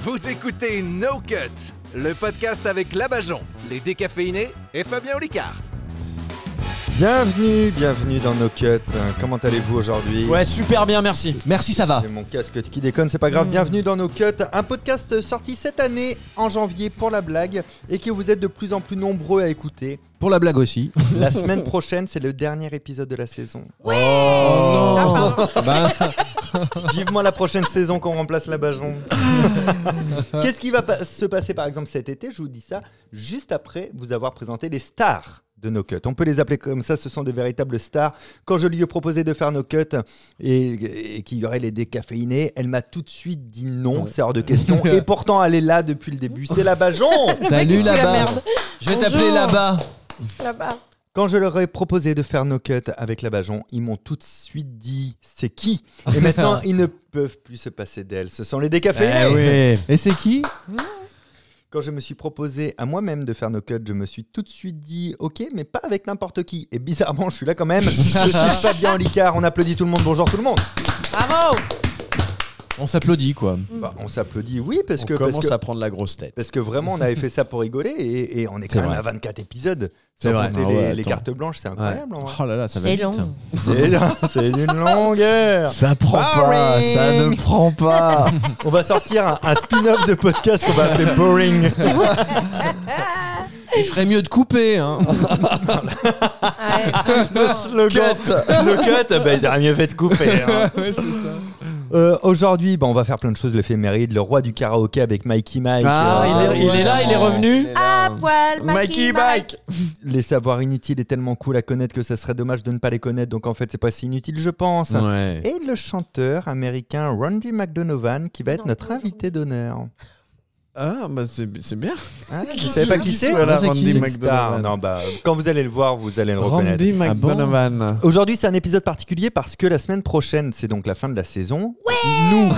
Vous écoutez No Cut, le podcast avec Labajon, les décaféinés et Fabien Olicard. Bienvenue, bienvenue dans nos cuts. Comment allez-vous aujourd'hui Ouais, super bien, merci. Merci, ça va. C'est mon casque qui déconne, c'est pas grave. Bienvenue dans nos cuts, un podcast sorti cette année en janvier pour la blague et que vous êtes de plus en plus nombreux à écouter. Pour la blague aussi. La semaine prochaine, c'est le dernier épisode de la saison. Oh non Bah, Vivement la prochaine saison qu'on remplace la Bajon. Qu'est-ce qui va pas- se passer par exemple cet été Je vous dis ça juste après vous avoir présenté les stars de nos cuts. On peut les appeler comme ça, ce sont des véritables stars. Quand je lui ai proposé de faire nos cuts et, et qu'il y aurait les décaféinés, elle m'a tout de suite dit non, c'est hors de question. et pourtant elle est là depuis le début, c'est la Bajon Salut mec, il fout la là-bas. merde. Je vais Bonjour. t'appeler là-bas. là-bas. Quand je leur ai proposé de faire nos cuts avec la Bajon, ils m'ont tout de suite dit c'est qui Et maintenant ils ne peuvent plus se passer d'elle, ce sont les Eh décaféinés Et c'est qui Quand je me suis proposé à moi-même de faire nos cuts, je me suis tout de suite dit ok, mais pas avec n'importe qui. Et bizarrement, je suis là quand même. je suis Fabien Licard, on applaudit tout le monde, bonjour tout le monde. Bravo On s'applaudit, quoi. Bah, on s'applaudit, oui, parce On que, parce, commence que, à prendre la grosse tête. parce que vraiment, on avait fait ça pour rigoler et, et on est C'est quand même vrai. à 24 épisodes. C'est Sans vrai. compter Ah les, ouais, les attends. cartes blanches, c'est incroyable. en vrai. Oh là là, ça va C'est vite. long. C'est- C'est une longueur. Ça prend pas, Boring. ça ne prend pas. On va sortir un, un spin-off de podcast qu'on va appeler Boring. Il ferait mieux de couper, hein. Oh Ouais. Le slogan. Le cut, bah, ils auraient mieux fait de couper. hein. ouais, c'est ça. Euh, Aujourd'hui, bah, on va faire plein de choses, l'éphéméride, le roi du karaoké avec Mikey Mike, Ah, euh, il, est, il est là, il est revenu. À poil, Mikey, Mike. les savoirs inutiles est tellement cool à connaître que ça serait dommage de ne pas les connaître, donc en fait c'est pas si inutile je pense. Ouais. Et le chanteur américain Randy McDonovan qui va être Non, notre bonjour. invité d'honneur. Ah, bah c'est c'est bien. Hein Vous savez pas qui c'est Voilà, Non, c'est qui, Randy c'est une Une star. McDonovan. Non, bah, quand vous allez le voir, vous allez le reconnaître. Randy Ah bon McDonovan. Aujourd'hui, c'est un épisode particulier parce que la semaine prochaine, c'est donc la fin de la saison. Nous,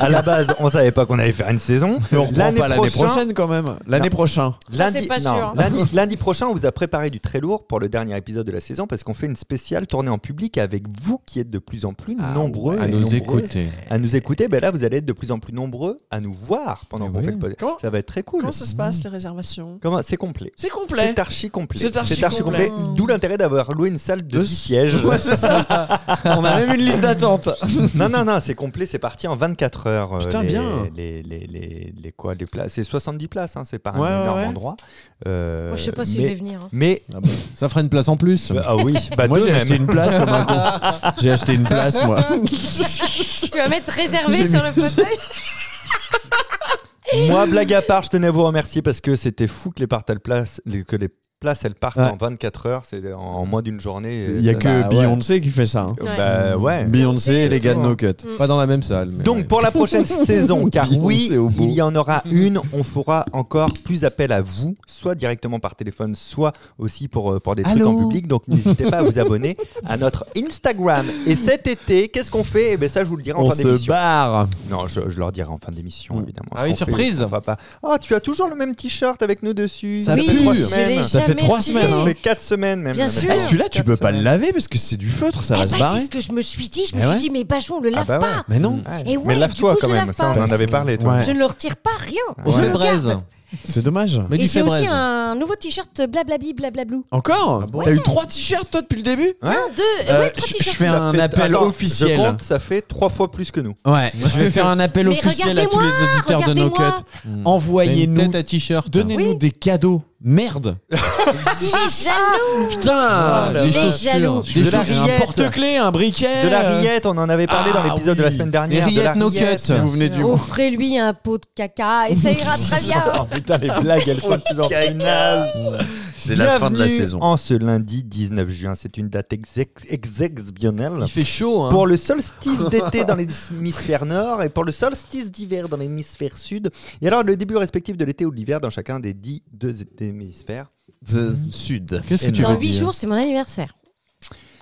à la base, on savait pas qu'on allait faire une saison. Mais on reprend pas l'année prochaine- prochaine quand même. L'année prochaine. Ça, c'est pas sûr, hein. lundi, lundi prochain, on vous a préparé du très lourd pour le dernier épisode de la saison parce qu'on fait une spéciale tournée en public avec vous qui êtes de plus en plus Ah nombreux ouais. et À nous nombreuses écouter. À nous écouter. Ben là, vous allez être de plus en plus nombreux à nous voir pendant Mais qu'on oui. fait le podcast. Eh Comment- Ça va être très cool. Mmh. ça se passe les réservations Comment C'est complet. C'est complet. C'est archi complet. C'est archi complet. complet. D'où l'intérêt d'avoir loué une salle de De 10 sièges. Ouais, c'est ça. On a même une liste d'attente. non, non, non, c'est complet. C'est parti en 24 heures. euh, Putain, les, bien. Les, les, les, les quoi les places. C'est 70 places. hein, c'est pas Ouais, un ouais, énorme ouais. endroit. Euh, Moi, je sais pas si je vais mais, venir. hein. mais Ah bon, Ça ferait une place en plus. Bah, ah oui, bah moi deux j'ai même. acheté une place comme un con. J'ai acheté une place moi. Tu vas mettre réservé J'ai sur le mis- fauteuil Moi, blague à part, je tenais à vous remercier parce que c'était fou que les, partent, elles placent- les- que les places elles partent Ouais. en 24 heures, c'est en, en moins d'une journée. euh, Il y a Ça- que Bah, ouais. Beyoncé qui fait ça. hein. Bah ouais. Beyoncé et les gars de No Cut. Pas dans la même salle. mais ouais. Donc pour la prochaine saison, car Beyoncé oui, au bout. il y en aura une, on fera encore plus appel à vous, soit directement par téléphone, soit aussi pour, euh, pour des trucs Allô en public. Donc n'hésitez pas à vous abonner à notre Instagram. Et cet été, qu'est-ce qu'on fait Eh ben ça, je vous le dirai en On fin se d'émission. barre. Non, je, je leur dirai en fin d'émission, évidemment. Ah ce oui, qu'on fait, surprise. ce qu'on fera pas. Ah, tu as toujours le même t-shirt avec nous dessus. Ça fait oui, pue. trois je semaines. l'ai Ça fait jamais Eh trois retiré. semaines, Ça hein. fait 4 semaines même. Bien Ça fait sûr. quatre Ah, Celui-là, tu semaines. peux pas le laver parce que c'est du feutre, ça Eh va bah, se barrer. c'est ce que je me suis dit. Je Eh me ouais. suis dit, mais Bachon, on le Ah lave bah ouais. pas. Mais non, Et ouais, mais lave-toi du coup, quand je même, lave ça, on pas. en avait parlé. Toi. Ouais. Je ne le retire pas, rien. Au Je feu le braise. garde. c'est dommage. Mais Et du j'ai feu aussi braise. un nouveau t-shirt euh, blablabli blablablou. Encore Ah bon T'as eu trois t-shirts toi depuis le début Un, deux, Euh, ouais, trois je- t-shirts. je fais un appel attends, officiel. Je compte, ça fait 3 fois plus que nous. Ouais, je vais faire un appel Mais officiel à tous regardez-moi, les auditeurs de No regardez-moi. Cut. Hmm. T'as une Envoyez-nous, tête à t-shirt. donnez-nous Oui. des cadeaux. Merde. Il est jaloux. Putain, Des Il est chaussures. jaloux. Des de la chaussures. rillette, un porte-clés, un briquet. De la rillette, on en avait parlé Ah dans l'épisode de la oui. semaine dernière. Les de la rillettes, no rillette, cut. bien Vous venez sûr. du- Offrez-lui un pot de caca et ça ira Oh, très bien. Oh putain, les blagues, elles sont toujours C'est la fin de la Bienvenue saison. En ce lundi 19 juin, c'est une date exex- exceptionnelle. Il fait chaud, hein. Pour le solstice d'été dans l'hémisphère nord et pour le solstice d'hiver dans l'hémisphère sud. Et alors, le début respectif de l'été ou de l'hiver dans chacun des dix deux hémisphères. Sud. Qu'est-ce que tu Dans veux 8 dire jours, c'est mon anniversaire.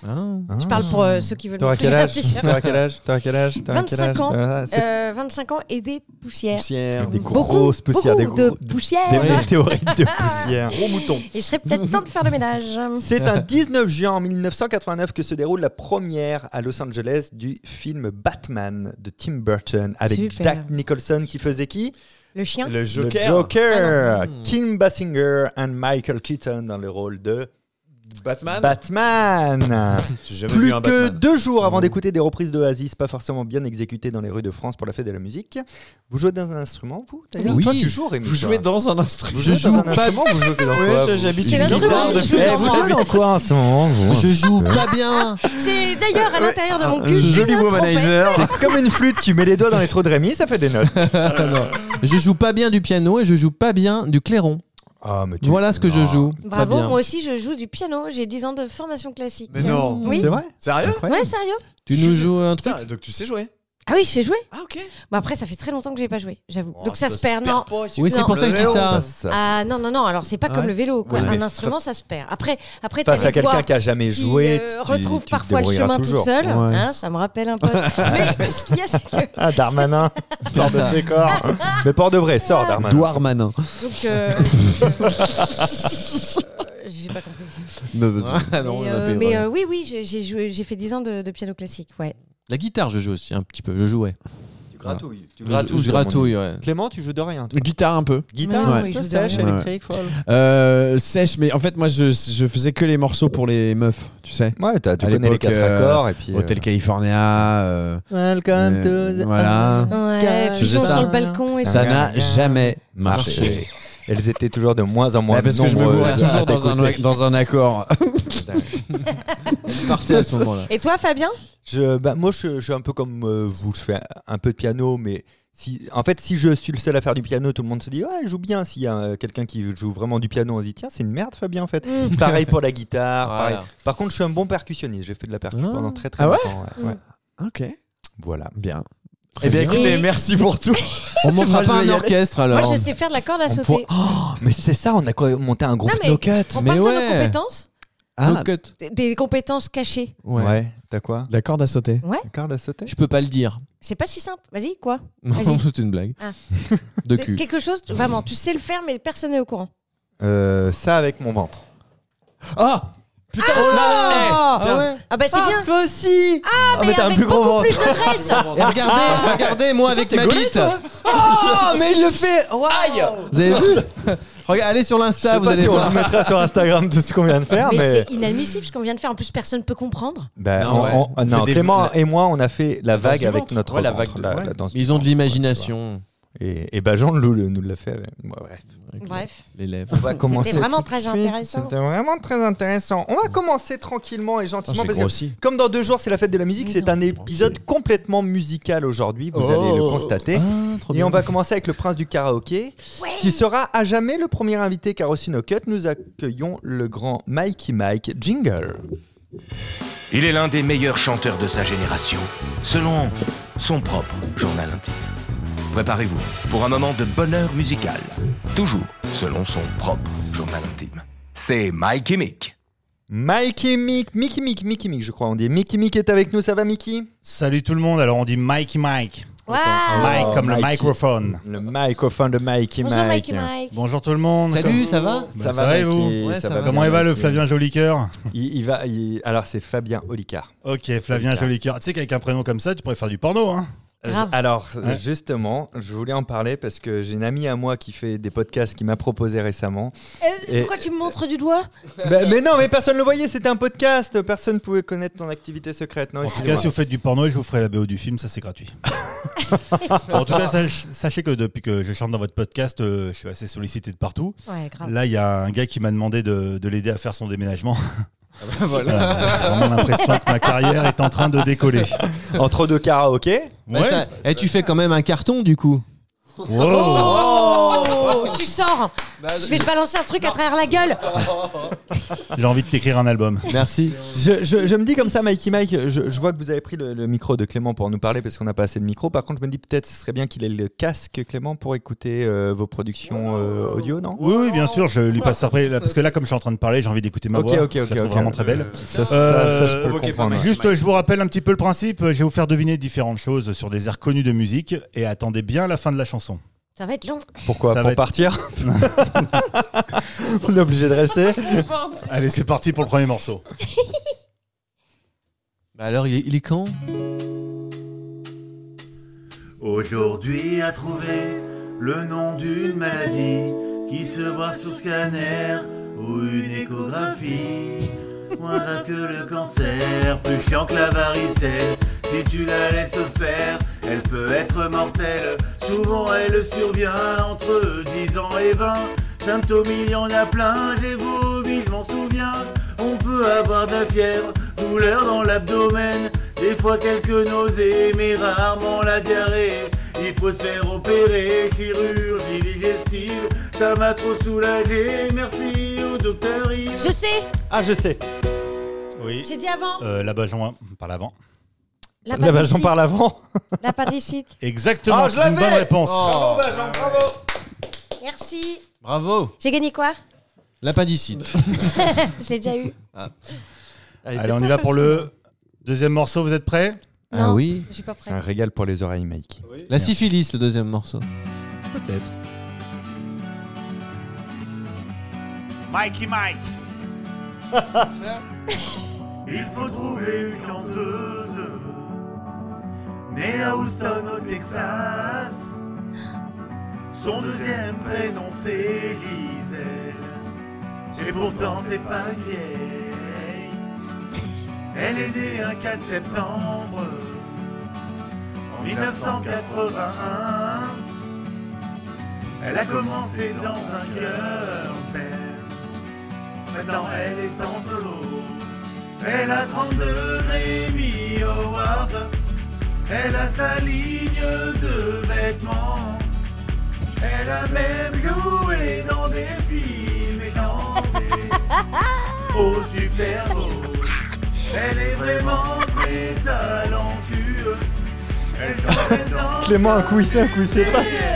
Hein Je parle pour euh, ceux qui veulent T'auras me quel faire un âge t-shirt. T'auras quel âge T'auras quel âge T'auras quel 25 âge ans. Ah, c'est- Euh, 25 ans et des poussières. Poussière. Des Beaucoup, grosses poussières, beaucoup des gros- de poussières. Des météorites de poussière. Gros mouton. Il serait peut-être temps de faire le ménage. C'est un 19 juin en 1989 que se déroule la première à Los Angeles du film Batman de Tim Burton avec Super. Jack Nicholson qui faisait qui Le chien Le Le Joker. Joker. Ah non. Kim Basinger et Michael Keaton dans le rôle de Batman. Batman. J'ai jamais Plus vu un que Batman. Mm. deux jours avant d'écouter des reprises de Oasis, pas forcément bien exécutées dans les rues de France pour la fête de la musique. Vous jouez dans un instrument, vous d'ailleurs Oui. Toi, tu joues, Rémi. Vous jouez dans un instrument. Je joue pas- Vous jouez dans quoi, vous C'est une l'instrument guitare qu'il de Eh, joue fête. dans Eh, vous jouez dans quoi en ce moment vous Je joue pas bien. J'ai d'ailleurs à l'intérieur de mon cul. Joli une trompette. womanizer. C'est comme une flûte, tu mets les doigts dans les trous de Rémi, ça fait des notes. Je joue pas bien du piano et je joue pas bien du clairon. Ah, mais tu- Voilà ce que je Non. joue. Pas Bravo, bien. moi aussi je joue du piano, j'ai 10 ans de formation classique. Mais non. Oui. C'est vrai Sérieux Ouais, sérieux Tu Je- nous joues un truc. Putain, donc tu sais jouer. Ah oui, je sais jouer. Ah, ok. Bah après, ça fait très longtemps que j'ai pas joué, j'avoue. Oh, Donc ça, se perd, non. pas, c'est Oui, pas c'est pour le ça que je dis vélo. ça. Ah non, non, non, alors c'est pas Ah comme ouais le vélo, quoi. Oui, mais un fa- instrument, ça se perd. Après, après t'as Face à les quelqu'un doigts qui a jamais qui joué, euh, tu- tu- retrouve tu te parfois le débrouilleras chemin toujours. toute seule. Ouais. Hein, ça me rappelle un pote. Mais ce qu'il y a, c'est que... Ah, Darmanin, sort de ses corps. Mais pour de vrai, sort Darmanin. Douar Manin. Donc, euh, euh, j'ai pas compris. Ah, non, mais on a euh, payé, mais, ouais. euh, oui, oui, j'ai- j'ai joué, j'ai fait 10 ans de, de piano classique, ouais. La guitare, je joue aussi un petit peu. Je jouais. Tu gratouilles. Tu Je- je gratouille, ouais. Clément, tu joues de rien. toi. Guitare un peu. Mais Guitare, non, un il peu joue de sèche, rien. électrique, folle. Euh, sèche, mais en fait, moi, je, je faisais que les morceaux pour les meufs, tu sais. Ouais, t'as- tu À connais les l'époque, quatre euh, accords et puis. euh, Hotel California. euh, Welcome euh, to the- voilà. Ouais, Je puis faisais ça. sur le balcon et Ah, ça. Ça n'a Marché. jamais marché. Marché. Elles étaient toujours de moins en moins Ouais, parce que je me nombreuses bourrais à toujours dans un, t'écouter. dans un accord. Je partais à ce moment-là. Et toi, Fabien Je, bah, moi, je, je suis un peu comme euh, vous. Je fais un- un peu de piano, mais si, en fait, si je suis le seul à faire du piano, tout le monde se dit ouais, elle joue bien. S'il y a euh, quelqu'un qui joue vraiment du piano, on se dit tiens, c'est une merde, Fabien, en fait. Hmm. pareil pour la guitare. Voilà. pareil. Par contre, je suis un bon percussionniste. J'ai fait de la percussion Ah. pendant très très Ah ouais longtemps. ouais, ouais. ok. Voilà. Bien. Très Eh bien, bien. écoutez, Et- merci pour tout. On montera Moi, je pas vais un y aller. orchestre alors. Moi, je sais faire de la corde On associée. pourra- Oh, mais c'est ça, on a quoi- monté un groupe Non, mais- no cut. On Oh, Mais parle de ouais. nos compétences, Ah, No cut. des- des compétences cachées. Ouais. Ouais, t'as quoi la corde à sauter. Une corde à sauter Je peux pas le dire. C'est pas si simple. Vas-y, quoi Non, Vas-y. c'est une blague. Ah. De cul. Quelque chose, tu- vraiment, tu sais le faire, mais personne n'est au courant. Euh, Ça avec mon ventre. Ah Putain, oh là Ah ouais. Ah bah c'est bien, toi aussi Ah, mais t'as un avec plus gros beaucoup ventre plus de graisse Et regardez, regardez, moi avec ma bite. Ah, mais il le fait Aïe Vous avez vu Regarde, allez sur Je sais l'Insta, vous pas allez si on voir. vous mettra sur Instagram tout ce qu'on vient de faire, Mais, mais. c'est inadmissible ce qu'on vient de faire. En plus, personne peut comprendre. Ben, Non, on- ouais. on- On non, fait des- Clément la- et moi, on a fait la vague du avec ventre. notre Ouais, la ventre, vague de- ouais. danse du Ils ont de ventre, ouais, l'imagination, tu vois. et, et ben Jean nous, le- nous l'a fait. Avec... ouais, bref. Bref. les lèvres. On va commencer. vraiment tout de très suite. intéressant. C'était vraiment très intéressant. On va commencer tranquillement et Oh, gentiment parce que grossi. Comme dans deux jours, c'est la fête de la musique, Mais c'est non. un épisode complètement musical aujourd'hui, vous Oh. allez le constater. trop Et on va commencer avec le prince du karaoké, qui sera à jamais le premier invité qu'a reçu nos cuts. Nous accueillons le grand Mikey Mike Jingle. Il est l'un des meilleurs chanteurs de sa génération, selon son propre journal intime. Préparez-vous pour un moment de bonheur musical, toujours selon son propre journal intime. C'est Mike et Mick. Mikey Mick, Mickey Mick, Mickey Mick, je crois on dit. Mickey Mick est avec nous, ça va Mickey Salut tout le monde, alors on dit Mikey Mike. Waouh. Mike comme le Mikey. microphone. Le microphone de Mikey Bonjour Mike. Mikey Mike. Bonjour tout le monde. Salut, ça va Bah, ça va et vous Mikey, Ouais, ça va. Comment bien, il va le Mikey Flavien Jolicoeur il, il va, il- Alors c'est Fabien Olicard. Ok, Flavien Jolicoeur. Tu sais qu'avec un prénom comme ça, tu pourrais faire du porno, hein Grave. Alors, Ouais. justement, je voulais en parler parce que j'ai une amie à moi qui fait des podcasts qui m'a proposé récemment. Euh, Et- Pourquoi tu me montres du doigt Bah, mais non, mais personne ne le voyait, c'était un podcast. Personne pouvait connaître ton activité secrète. Non, En tout cas, si vous faites du porno, je vous ferai la BO du film, ça c'est gratuit. en tout cas, sach- sachez que depuis que je chante dans votre podcast, euh, je suis assez sollicité de partout. Ouais, grave. Là, il y a un gars qui m'a demandé de, de l'aider à faire son déménagement. Euh, J'ai vraiment l'impression que ma carrière est en train de décoller. Entre deux karaokés. Bah, ça- Et tu fais quand même un carton du coup. Wow. Oh Tu sors Je vais te balancer un truc à travers la gueule J'ai envie de t'écrire un album. Oh. Merci. Je, je- je me dis comme ça, Mikey Mike, je, je vois que vous avez pris le, le micro de Clément pour nous parler parce qu'on n'a pas assez de micro. Par contre, je me dis peut-être ce serait bien qu'il ait le casque, Clément, pour écouter euh, vos productions euh, audio, non Oui, oui, bien sûr, je lui passe après, là, parce que là, comme je suis en train de parler, j'ai envie d'écouter ma Ok, voix. ok, je la ok, trouve ok. vraiment très belle. Ça, ça- Euh, ça, je peux le provoquez comprendre. Juste, euh, je vous rappelle un petit peu le principe. Je vais vous faire deviner différentes choses sur des airs connus de musique et attendez bien la fin de la chanson. Ça va être long. Pourquoi Ça Pour va être- partir On est obligé de rester Allez, c'est parti pour le premier morceau. Bah alors, il est, il est quand Aujourd'hui à trouver le nom d'une maladie qui se voit sur scanner ou une échographie. Moins grave que le cancer, plus chiant que la varicelle. Si tu la laisses faire, elle peut être mortelle. Souvent elle survient entre 10 ans et 20. Symptômes, il y en a plein, j'ai vomi, je m'en souviens. On peut avoir de la fièvre, douleur dans l'abdomen, des fois quelques nausées, mais rarement la diarrhée. Il faut se faire opérer, chirurgie digestive, ça m'a trop soulagé, merci au docteur Yves. Je sais, Ah, je sais. Oui. j'ai dit avant. Euh, la Bajon, par l'avant. La La Bajon pâtisserie. par l'avant. La pâtisserie. Exactement, Ah, je c'est une l'avais Oh. bah, bonne réponse. Oh, bah, Bajon, bravo. Merci. Bravo. J'ai gagné quoi L'appendicite. Je l'ai déjà eu. Allez, on y va pour le deuxième morceau, vous êtes prêts Non, Ah oui. Je suis pas prête. Un régal pour les oreilles, Mike. La syphilis, le deuxième morceau. Peut-être. Mikey Mike. Il faut trouver une chanteuse née à Houston au Texas. Son deuxième prénom c'est Gisèle. Et pourtant c'est pas une vieille. Elle est née un 4 septembre en 1981. Elle a commencé dans un girls band. Maintenant elle est en solo. Elle a 32 Grammy Awards. Elle a sa ligne de vêtements. Elle a même joué dans des films et chanté au Super Bowl. Elle est vraiment très talentueuse. Elle chante, elle danse, Clément, un coup ici, un coup ici.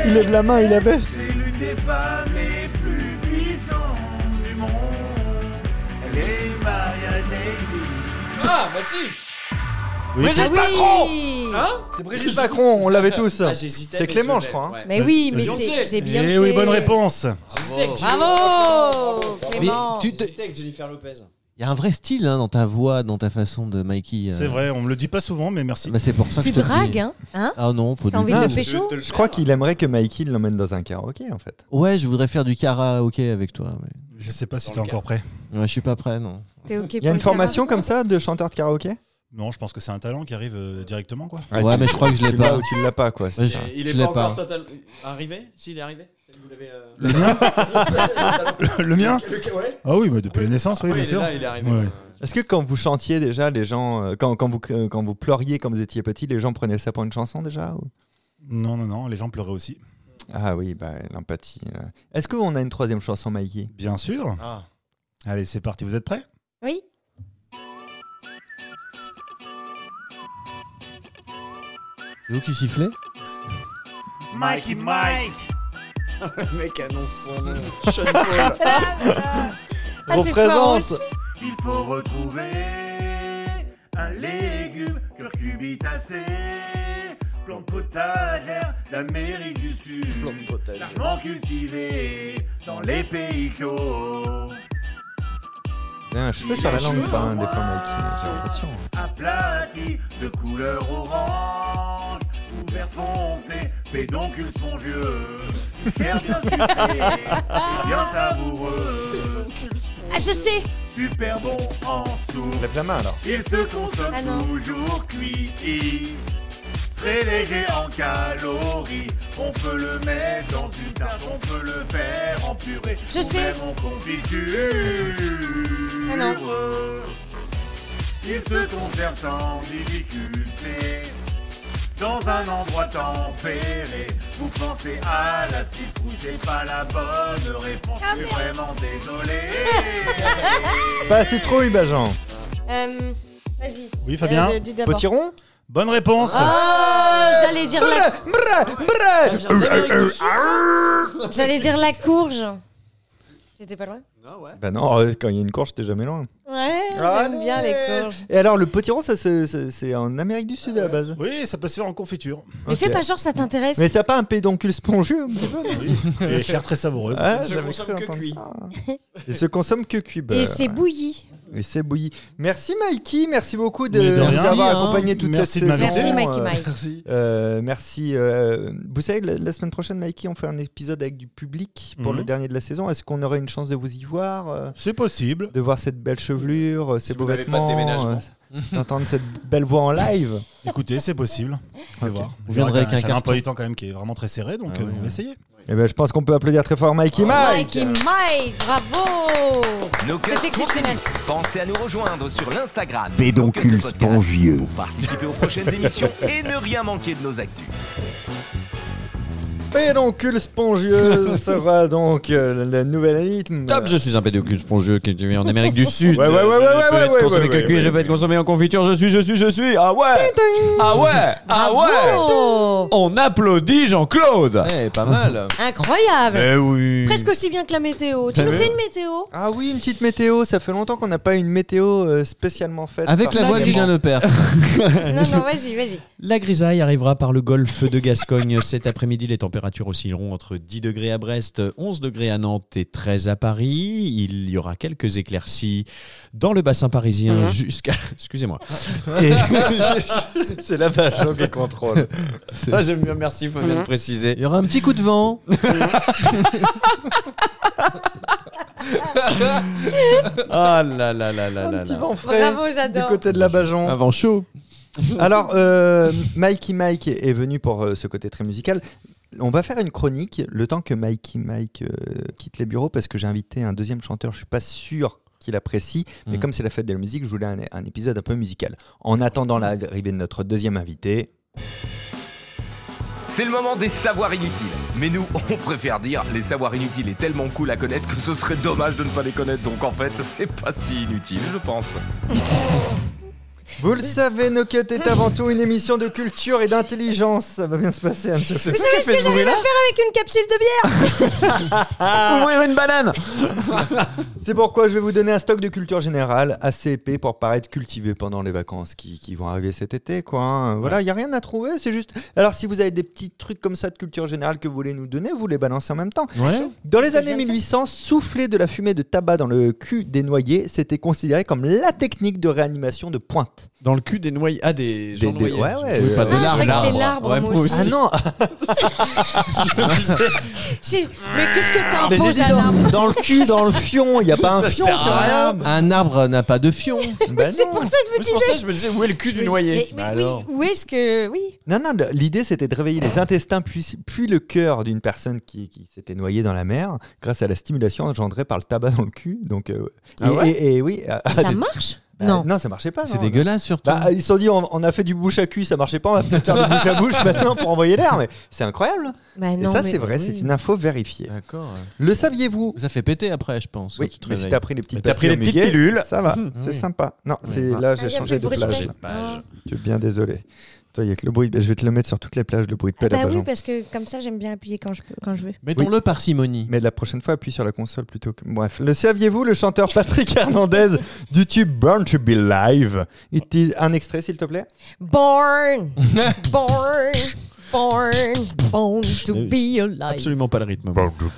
Il lève la main, il la baisse. c'est l'une des femmes les plus puissantes du monde. Elle est Maria Jay-Z. Oui. Ah oui C'est Brigitte Macron, on l'avait tous. C'est Clément, je crois. hein. Mais oui, mais Beyoncé. c'est c'est bien. Eh oui, bonne réponse. Bravo Mais Clément tu te- Il y a un vrai style hein, dans ta voix, dans ta façon de Mikey. euh, C'est vrai, on me le dit pas souvent, mais merci. bah, c'est pour ça que Tu je te le dragues, dis. hein Hein Ah non, faut T'as du envie tout. de le pécho Je crois qu'il aimerait que Mikey l'emmène dans un karaoké, en fait. Ouais, je voudrais faire du karaoké avec toi. mais- Je sais pas si t'es encore prêt. Ouais, je suis pas prêt, non. T'es ok Il y a une formation comme ça de chanteur de karaoké Non, je pense que c'est un talent qui arrive euh, directement, quoi. Ouais, mais je crois que je l'ai Tu l'as pas. ou tu l'as pas, quoi. c'est Ouais, ça. je je l'ai pas. Arrivé S'il est arrivé Vous l'avez, euh, Le mien Le mien le- ouais Ah oui, mais depuis la naissance, oui, Ouais, bien il est sûr. là, Ah, il est arrivé. Ouais. Est-ce que quand vous chantiez déjà, les gens, euh, quand, quand vous, euh, quand vous pleuriez quand vous étiez petit, les gens prenaient ça pour une chanson déjà ou- Non, non, non, les gens pleuraient aussi. Ah oui, bah, l'empathie. euh. Est-ce qu'on a une troisième chanson, Mikey Bien sûr. Ah. Allez, c'est parti, vous êtes prêts Oui C'est vous qui sifflez Mikey Mike. Le mec annonce son nom. Sean Paul. Ah, c'est Représente Florence. Il faut retrouver un légume curcubitacé. Plante potagère d'Amérique du Sud. Plante potagère. Largement cultivée dans les pays chauds. Il a un cheveu sur la langue, ou pas, hein, des fois, Mikey. J'ai l'impression. hein. aplati de couleur orange ou vert foncé, pédoncule spongieux, chair bien sucrée, et bien savoureuse, Ah, je sais super bon en soupe, Lève la main alors. il se consomme Ah non. toujours cuit, très léger en calories, on peut le mettre dans une tarte, on peut le faire en purée, Je ou sais. même en confiture. Ah non. Il se conserve sans difficulté dans un endroit tempéré. Vous pensez à la citrouille, c'est pas la bonne réponse. Ah, Je suis vraiment désolé. Pas assez trop, Bajan. Euh, Vas-y. Oui, Fabien Euh, dis d'abord. Potiron Bonne réponse Oh, j'allais dire la, Ah, j'allais dire la courge. J'étais pas loin. Ah, Bah non, euh, quand il y a une courge, t'es jamais loin. Ouais, j'aime bien les courges. Ah Et alors, le potiron, ça, c'est- c'est c'est en Amérique du Sud à la base. Oui, ça peut se faire en confiture. Mais Ok. fais pas genre ça t'intéresse. Mais ça a pas un pédoncule spongieux un petit peu Oui. Et chair très savoureuse. Ah, se j'avais consomme cru que entendre cuit. ça. Il se consomme que cuit. bah, Et c'est bouilli. Et c'est bouilli. Merci Mikey, merci beaucoup de Mais de nous rien. avoir Merci, hein. accompagné toute Merci cette de saison. m'inviter. Merci, Euh, Mikey Mike. euh, merci. euh, vous savez, la, la semaine prochaine, Mikey, on fait un épisode avec du public pour Mhm. le dernier de la saison. Est-ce qu'on aurait une chance de vous y voir euh, C'est possible. De voir cette belle chevelure, euh, ces vous beaux n'avez pas de vêtements, déménagement. euh, d'entendre cette belle voix en live. Écoutez, c'est possible. On va voir. Vous viendrez avec un J'ai un carton. emploi du temps quand même qui est vraiment très serré, donc Ah euh, ouais, on va ouais. essayer. Eh ben, je pense qu'on peut applaudir très fort Oh, Mikey Mike. Mikey Mike, bravo Nos cœurs C'est exceptionnel. continuent. Pensez à nous rejoindre sur l'Instagram. Pédoncule Nos Cœurs de Podcast spongieux. Pour participer aux prochaines émissions et ne rien manquer de nos actus. Pédoncule spongieuse sera donc euh, la nouvelle rythme. Top, je suis un pédocule spongieux qui vient en Amérique du Sud. Ouais, ouais, ouais, je ouais, ne ouais, peux ouais, être ouais, consommé ouais, que ouais, cuit, je peux ouais. être consommé en confiture, je suis, je suis, je suis. Ah ouais Ah ouais Ah ouais Bravo On applaudit Jean-Claude Eh, pas mal. Euh. Incroyable Eh oui Presque aussi bien que la météo. Tu T'as nous vu fais une météo Ah oui, une petite météo. Ça fait longtemps qu'on n'a pas une météo euh, spécialement faite. Avec par la voix Clément. d'Hélène Lepère. Non, non, vas-y, vas-y. La grisaille arrivera par le golfe de Gascogne cet après-midi. Les températures oscilleront entre 10 degrés à Brest, 11 degrés à Nantes et 13 à Paris. Il y aura quelques éclaircies dans le bassin parisien jusqu'à. Excusez-moi. Et- C'est la vache qui contrôle. Ah, J'aime bien, merci, faut bien le Il préciser. y aura un petit coup de vent. Ah là là là là Un là petit là. vent frais Bravo, du j'adore. côté de la Bajon. Un vent chaud. Alors, euh, Mikey Mike est est venu pour euh, ce côté très musical. On va faire une chronique le temps que Mikey Mike euh, quitte les bureaux parce que j'ai invité un deuxième chanteur. Je suis pas sûr qu'il apprécie, mais Mm. comme c'est la fête de la musique, je voulais un, un épisode un peu musical. En attendant l'arrivée de notre deuxième invité, C'est le moment des savoirs inutiles. Mais nous, on préfère dire les savoirs inutiles est tellement cool à connaître que ce serait dommage de ne pas les connaître. Donc en fait, c'est pas si inutile, je pense. vous le savez, No Cut est avant tout une émission de culture et d'intelligence. Ça va bien se passer, hein, monsieur. Vous savez ce que j'arrive à faire avec une capsule de bière Ouvrir une banane C'est pourquoi je vais vous donner un stock de culture générale assez épais pour paraître cultivé pendant les vacances qui, qui vont arriver cet été. Quoi. hein. Voilà, il n'y a rien à trouver, c'est juste... Alors si vous avez des petits trucs comme ça de culture générale que vous voulez nous donner, vous les balancez en même temps. Ouais. Dans les C'est années bien fait. 1800, souffler de la fumée de tabac dans le cul des noyés, c'était considéré comme la technique de réanimation de pointe. Dans le cul des noyés. Ah, des gens Des- des- noyés. ouais, ouais, Oui, pas euh, des Ah, je larves. croyais que c'était L'arbre. l'arbre, Ouais, moi moi aussi. Ah aussi. non J'ai- Mais qu'est-ce que Mais j'ai t'imposes dit à dans, l'arbre dans le cul, dans le fion, il n'y a pas un Ça fion sert à sur un rien. arbre Ah, Un arbre n'a pas de fion. Bah C'est non. pour ça que je me C'est pour disais. ça que je me disais où est le cul du Mais, noyer mais oui, où est-ce que. Oui. Non, non, le- l'idée c'était de réveiller les intestins puis, puis le cœur d'une personne qui, qui s'était noyée dans la mer grâce à la stimulation engendrée par le tabac dans le cul. Donc, euh, Ah et, ouais et- et oui. euh, Ça marche bah, Non. Non, ça marchait pas. C'est non. dégueulasse surtout. Bah, ils se sont dit, on, on a fait du bouche à cul, ça marchait pas, on va peut-être faire du bouche à bouche maintenant pour envoyer l'air, mais c'est incroyable. Bah et non, ça, mais- c'est vrai, oui. c'est une info vérifiée. D'accord. Le saviez-vous Ça fait péter après, je pense. Oui, quand tu te mais si réveilles. t'as pris les petites Mais t'as pris les pastilles petites Omiguet, pilules. Ça va, c'est oui. sympa. Non, c'est Ouais. là, Mhm. Ah, j'ai y a changé plus de bruit plage. de Ah. là. pelle. Je suis bien désolé. Toi, il y a que le bruit. de- Je vais te le mettre sur toutes les plages, le bruit de Ah pelle à bah oui, Bajon. parce que comme ça, j'aime bien appuyer quand je, peux, quand je veux. Mettons-le par simonie. Mais la prochaine fois, appuie sur la console plutôt que. Bref. Le saviez-vous, le chanteur Patrick Hernandez du tube Born to Be Live utilise un extrait, s'il te plaît Born Born Born Born to be alive. Absolument pas le rythme.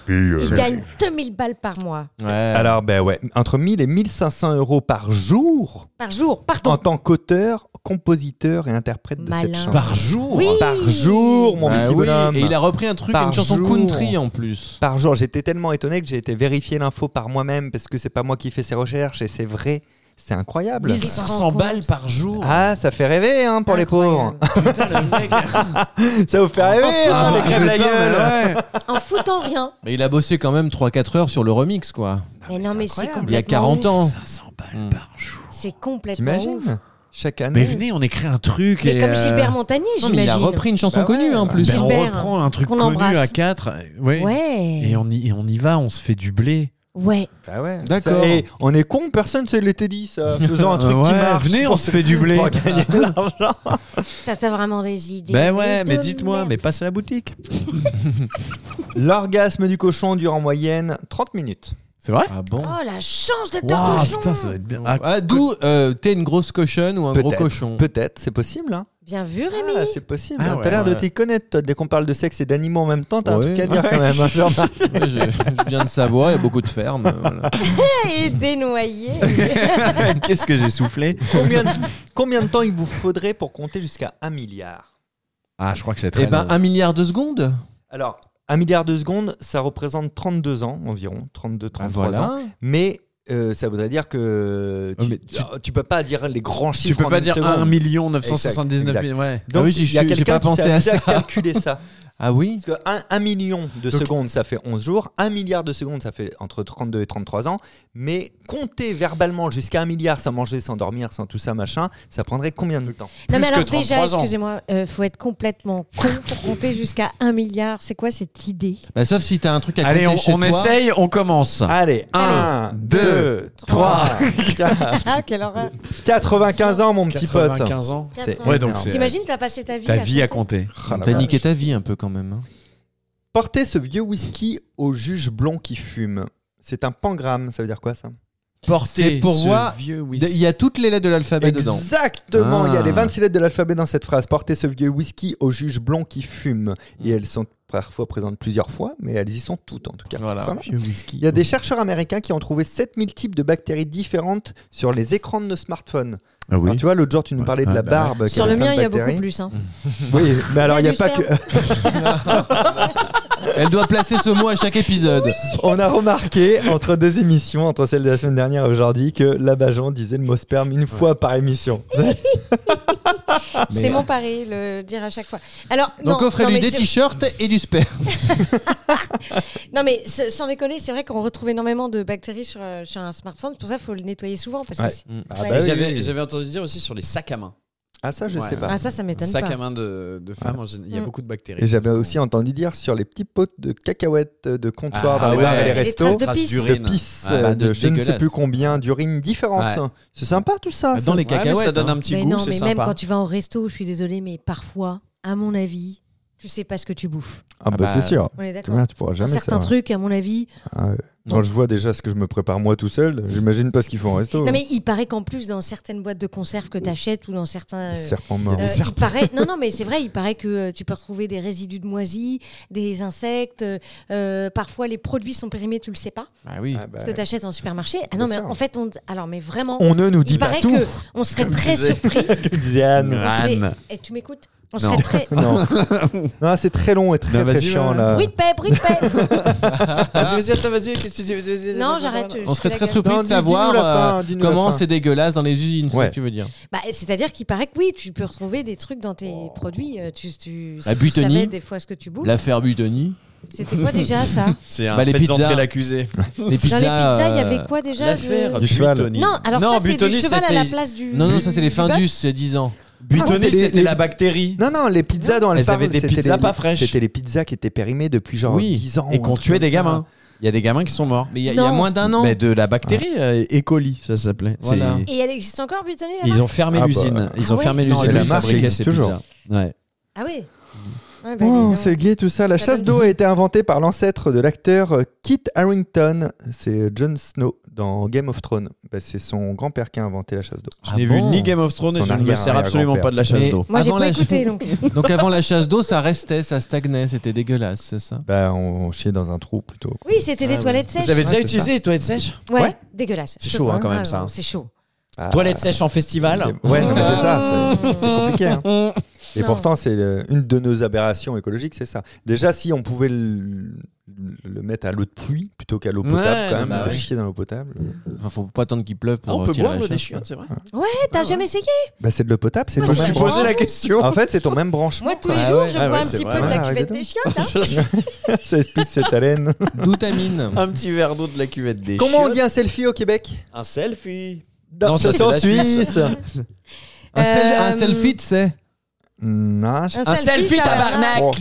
Il gagne 2000 balles par mois, Ouais. Alors, ben ouais, entre 1000 et 1500 euros par jour par jour, pardon. en tant qu'auteur, compositeur et interprète de Malin. cette chanson. Par jour Oui. Par jour, mon Bah petit oui, bonhomme. Et il a repris un truc, Par une chanson jour. country en plus. Par jour, j'étais tellement étonné que j'ai été vérifier l'info par moi-même parce que c'est pas moi qui fais ces recherches et c'est vrai, c'est incroyable. 1500 balles par jour Ah, ça fait rêver hein, pour Incroyable. les pauvres. Ça vous fait rêver, Ah, hein, les crèves la gueule. En foutant rien. Mais il a bossé quand même 3-4 heures sur le remix, quoi. Mais non, mais c'est complètement. Il y a 40 ans. 500 balles Mm. par jour. ouf. C'est complètement. ouf. T'imagines Chaque année. Mais venez, on écrit un truc. Mais et, comme euh, Gilbert Montagnier, Non, mais il a j'imagine. repris une chanson Bah ouais, connue en bah- plus. ben, on Gilbert, reprend un truc qu'on connu embrasse. à 4. Ouais. Et Ouais. on, y, et on y va, on se fait du blé. Ouais. Bah ouais. D'accord. Et on est con, personne ne s'est l'été dit ça. Faisant un truc Euh, Ouais, qui marche. Venez, pour on se- se fait du blé. pour gagner de l'argent. T'as t'as vraiment des idées. Ben ouais, de mais dites-moi, merde. mais passe à la boutique. L'orgasme du cochon dure en moyenne 30 minutes. C'est vrai Ah bon Oh la chance de ton Waouh, cochon putain, ça va être bien. Ah, Ah, D'où euh, t'es une grosse cochonne ou un gros Peut-être. cochon Peut-être, c'est possible. hein. Bien vu, Rémi. Ah, c'est possible. Ah hein. ouais, T'as l'air de ouais. t'y connaître, toi. Dès qu'on parle de sexe et d'animaux en même temps, t'as un Ouais. truc à dire quand même. hein, Jean-Marc. Ouais, je, je viens de Savoie, il y a beaucoup de fermes. euh, voilà. Et dénoyé. Qu'est-ce que j'ai soufflé combien, de, combien de temps il vous faudrait pour compter jusqu'à un milliard Ah, je crois que c'est très Eh ben, long. un milliard de secondes Alors, un milliard de secondes, ça représente 32 ans environ, 32, 33 Bah ans. Voilà. Mais euh, ça voudrait dire que Oh, tu, mais tu- alors, tu peux pas dire les grands chiffres. Tu peux en pas une dire seconde. 1 million 979 000. Ouais. Ah Donc, oui, il y j'ai- a j'ai quelqu'un pas qui pensé s'est à amusé ça. calculer ça. Ah oui Parce que 1, million de Donc- secondes, ça fait 11 jours. 1 milliard de secondes, ça fait entre 32 et 33 ans. Mais compter verbalement jusqu'à 1 milliard sans manger, sans dormir, sans tout ça, machin, ça prendrait combien de temps Non, mais que alors déjà, 33 ans. excusez-moi, euh, faut être complètement con pour compter jusqu'à un milliard. C'est quoi cette idée Bah, Sauf si t'as un truc à Allez, on, compter chez on toi. essaye, on commence. Allez, Allez. 1, 2, 3, trois, 4. Ah, quelle horreur. 95 ans, mon petit pote. 95 ans. C'est Ouais, donc énorme. c'est T'imagines, t'as passé ta vie ta vie à compter. compter. Oh la T'as vache. niqué ta vie un peu quand même. hein. Portez ce vieux whisky au juge blond qui fume. C'est un pangramme, ça veut dire quoi ça Porter C'est pour ce voir- vieux De- Il y a toutes les lettres de l'alphabet dedans. Exactement, il y a Ah. les 26 lettres de l'alphabet dans cette phrase. Portez ce vieux whisky au juge blond qui fume. Mm. Et elles sont parfois présentes plusieurs fois, mais elles y sont toutes en tout cas. Voilà. Vieux whisky. Il y a des chercheurs américains qui ont trouvé 7000 types de bactéries différentes sur les écrans de nos smartphones. Ah oui. Alors, tu vois, l'autre jour, tu nous Ouais. parlais de Ah, la bah barbe. qui Sur avait le plein mien, de il y a beaucoup bactéries. plus. hein. Oui, mais alors, il n'y a du pas que. Elle doit placer ce mot à chaque épisode. On a remarqué entre deux émissions, entre celle de la semaine dernière et aujourd'hui, que Labajon disait le mot sperme une fois par émission. Ah, bah C'est mon pari, le dire à chaque fois. Alors, Donc non, non, offrez-lui mais des c'est- t-shirts et du sperme. Non, mais ce- sans déconner, c'est vrai qu'on retrouve énormément de bactéries sur, euh, sur un smartphone. C'est pour ça qu'il faut le nettoyer souvent. Parce Ouais. que c'est- Ah, Ouais. bah oui, J'avais oui. j'avais entendu dire aussi sur les sacs à main. Ah, ça, je Ouais. sais pas. Ah, ça, ça m'étonne Sacs pas. à main de, de femmes, en général, il y a Mm. beaucoup de bactéries. Et j'avais aussi entendu dire sur les petits pots de cacahuètes de comptoir Ah, dans les ouais. bars et les Et les restos, traces de pisse. de pisse, Ah, euh, bah, de, de je ne sais dégueulasse. plus combien, d'urines différentes. Ouais. Ah, C'est sympa tout ça. Ah, Dans ça. les Ouais, mais cacahuètes. ça donne hein. un petit Mais goût, non, c'est mais sympa. même quand tu vas au resto, je suis désolée, mais parfois, à mon avis, tu sais pas ce que tu bouffes. Ah, bah, bah, c'est sûr. On est Tu d'accord merde, tu pourras jamais Certains ça. hein. trucs, à mon avis. Ah, ouais. Quand je vois déjà ce que je me prépare moi tout seul, j'imagine pas ce qu'ils font au resto. Non, mais il paraît qu'en plus, dans certaines boîtes de conserve que tu achètes ou dans certains. euh, Serpent mort. Euh, il paraît, non, non, mais c'est vrai, il paraît que euh, tu peux retrouver des résidus de moisis, des insectes. euh, euh, parfois, les produits sont périmés, tu le sais pas. Ah oui. Ah, bah, Ce que tu achètes en supermarché. Ah Bien non, mais sûr. en fait, on, alors, mais vraiment, On ne nous il dit pas paraît tout, que on serait très surpris. disait Anne. On serait- Anne. Eh, tu m'écoutes On Non. serait très. Non, non c'est très long et très, Non, très vas-y, chiant ouais. là. Bruit de paix, bruit de paix. Vas-y, vas-y, non, j'arrête. je On serait fais la très gueule. surpris Non, de dis- dis-nous la fin, savoir euh, dis-nous la comment fin. c'est dégueulasse dans les usines, c'est Ouais. ce que tu veux dire. Bah, C'est-à-dire qu'il paraît que oui, tu peux retrouver des trucs dans tes produits. euh, Tu, tu, Oh. La si tu butonie. savais des fois ce que tu bouffes. L'affaire Butoni. C'était quoi déjà ça C'est un Bah, les faites pizzas. entrer l'accusé. Les Dans pizzas. les pizzas, il y avait euh, quoi déjà je- L'affaire Du cheval. Butoni. Non, alors Non, ça, c'est Butoni, du cheval à la c'était- place du. Non, non, ça c'est les du bœuf. findus, c'est 10 ans. Butoni, Ah, les- c'était les- la bactérie. Non, non, les pizzas dont elle Elles parle, avaient des c'était pizzas les- pas fraîches. C'était les pizzas qui étaient périmées depuis genre Oui. 10 ans. Et ou qu'on un truc tuait comme des ça. gamins. Il y a des gamins qui sont morts. Mais il y, a- il y a Non. moins d'un an. Mais de la bactérie euh, E. coli, ça s'appelait. Voilà. C'est- Et elle existe encore, Butoni là-bas Ils ont fermé Ah bah. l'usine. Ils ont Ah ouais fermé Non, l'usine. la où ils marque fabriquaient existe ces toujours. pizzas. Ouais. Ah oui Ouais, bah, dis Oh, donc. c'est gay tout ça. La Ça chasse donne- d'eau a été inventée par l'ancêtre de l'acteur euh, Kit Harrington. C'est euh, Jon Snow dans Game of Thrones. Bah, c'est son grand-père qui a inventé la chasse d'eau. Je Ah n'ai vu bon ni Game of Thrones et Son je ne me sers arrière-arrière-grand-père. absolument pas de la chasse Mais- d'eau. Moi, j'ai Avant pas la- écouté donc. Donc avant la chasse d'eau, ça restait, ça stagnait, c'était dégueulasse, c'est ça Bah, on, on chiait dans un trou plutôt. Oui, c'était des Ah, toilettes sèches. Vous avez déjà déjà c'est utilisé utilisé les toilettes sèches Ouais, Ouais. dégueulasse. C'est chaud hein, quand Ah, même ça. hein. C'est chaud. Ah, Toilettes sèches en festival. Ouais, non, mais c'est ça. c'est- C'est compliqué. hein. Et Non. pourtant, c'est euh, une de nos aberrations écologiques, c'est ça. Déjà, si on pouvait le, le mettre à l'eau de pluie plutôt qu'à l'eau Ouais, potable, quand non, même, bah euh, ouais. chier dans l'eau potable. Enfin, faut pas attendre qu'il pleuve pour On peut tirer boire la l'eau des chasse. chiottes, c'est vrai. Eh, Ah t'as jamais essayé Bah, c'est de l'eau potable, c'est Moi, ton je même suis branchement. posé la question. En fait, c'est ton même branchement. Moi, tous les Ah jours, ouais, je ah bois ouais, un c'est petit vrai. peu de la Ouais, cuvette arrêtez des chiottes. hein. ça explique cette haleine. Doutamine. Un petit verre d'eau de la cuvette des Comment on dit un selfie au Québec Un selfie. Dans Non, ça, c'est la Suisse. Un, sel- Euh, un selfie, tu sais Non, je... Un selfie, tabarnak Oh,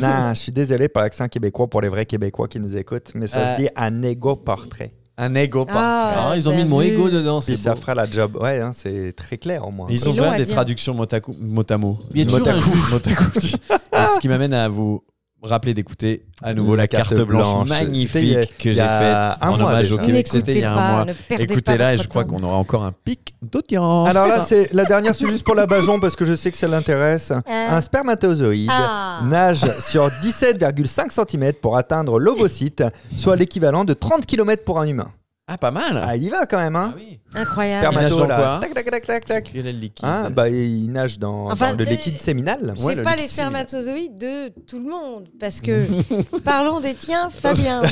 non, je suis désolé pour l'accent québécois, pour les vrais Québécois qui nous écoutent, mais ça Euh. se dit un égo portrait. Un ego portrait. Ah, Ah, ils ont mis t'as le mot vu. égo dedans, Et c'est ça beau. fera la job. Ouais, hein, c'est très clair au moins. Ils C'est ont long vraiment à des dire. traductions mot à, coup- mot à mot. Il y a toujours un Mot à coup. Et ce qui m'amène à vous. rappelez d'écouter à nouveau la, La carte, carte blanche, blanche. C'était il y a- magnifique que il j'ai y a faite un en mois hommage déjà. au Québec. N'écoutez C'était il y a un pas, mois. ne perdez pas Écoutez-la et votre je crois temps. qu'on aura encore un pic Ah. d'audience. Alors là, c'est la dernière, c'est juste pour la Bajon parce que je sais que ça l'intéresse. Un spermatozoïde Euh. Ah. nage sur 17,5 cm pour atteindre l'ovocyte, soit l'équivalent de 30 km pour un humain. Ah, pas mal. Ah, il y va quand même, hein Incroyable. Sperma- Spermato, Il nage dans là. quoi Tac, tac, tac, tac, tac. C'est quel est le liquide Hein, bah, il nage dans, Enfin, dans le euh, liquide séminal. C'est Ouais, le pas les liquide séminal. spermatozoïdes de tout le monde, parce que parlons des tiens, Fabien.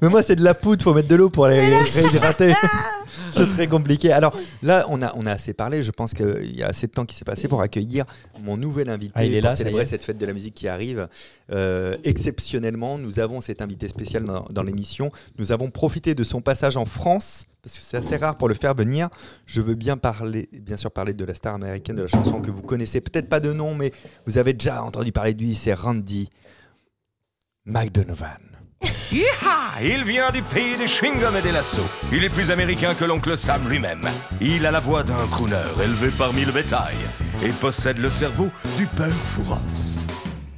Mais moi, c'est de la poudre, faut mettre de l'eau pour les réhydrater. c'est très compliqué. Alors là, on a, on a assez parlé. Je pense qu'il y a assez de temps qui s'est passé pour accueillir mon nouvel invité. Ah, il est pour là, ça célébrer y est. cette fête de la musique qui arrive. Euh, exceptionnellement, nous avons cet invité spécial dans, dans l'émission. Nous avons profité de son passage en France. Parce que c'est assez rare pour le faire venir. Je veux bien parler, bien sûr, parler de la star américaine de la chanson que vous connaissez peut-être pas de nom, mais vous avez déjà entendu parler de lui. C'est Randy McDonovan. Ah, il vient du pays des chewing-gums et des lassos. Il est plus américain que l'oncle Sam lui-même. Il a la voix d'un crooner élevé parmi le bétail et possède le cerveau du père Fouras.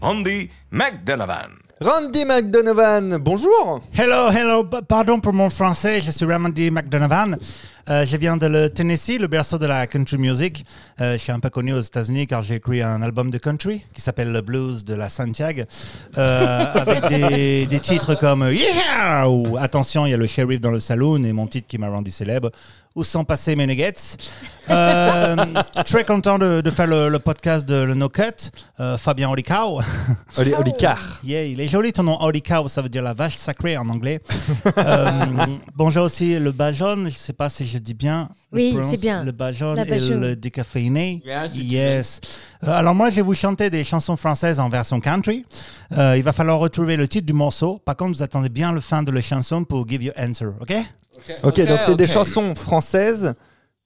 Andy McDonovan. Randy McDonovan, bonjour Hello, hello, p- pardon pour mon français, je suis Ramondi McDonovan. Euh, je viens de le Tennessee, le berceau de la country music. Euh, je suis un peu connu aux États-Unis car j'ai écrit un album de country qui s'appelle Le Blues de la Santiago, euh, avec des, des titres comme Yeah ou Attention, il y a le shérif dans le saloon et mon titre qui m'a rendu célèbre. Où sont passés mes nuggets Euh, Très content de, de faire le, le podcast de le No Cut, euh, Fabien Olicao. Oli- Olicard. Yeah, il est joli ton nom, Holy Cow, ça veut dire la vache sacrée en anglais. euh, bonjour aussi le Bajon, je ne sais pas si je dis bien. le Oui, prononce- c'est bien. Le Bajon La et Bajon. le décaféiné. Yeah, tu- tu- yes. Euh, alors moi, je vais vous chanter des chansons françaises en version country. Euh, il va falloir retrouver le titre du morceau. Par contre, vous attendez bien le fin de la chanson pour give your answer, ok Ok, donc c'est des ok. chansons françaises.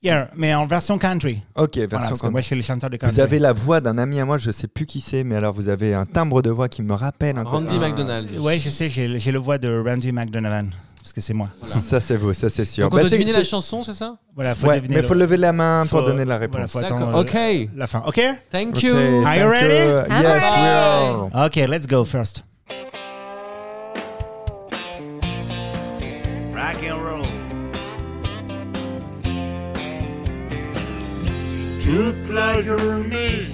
Yeah, mais en version country. Ok, Voilà, version parce que moi, je suis le chanteur de country. Vous avez la voix d'un ami à moi, je sais plus qui c'est, mais alors vous avez un timbre de voix qui me rappelle un peu. Randy Ah. McDonald. Ouais, je sais, j'ai j'ai le voix de Randy McDonovan, parce que c'est moi. Ah, Ça c'est vous, ça c'est sûr. Donc on Bah, doit c'est- deviner la c'est- chanson, c'est ça Voilà, faut ouais, deviner mais le- faut lever la main faut- pour donner la voilà, réponse. faut attendre D'accord, ok. le- la fin. Ok Thank Ok, you. Are you thank ready? Yes, I'm we ready. are. Okay, let's go first. rock and roll. Toute la journée,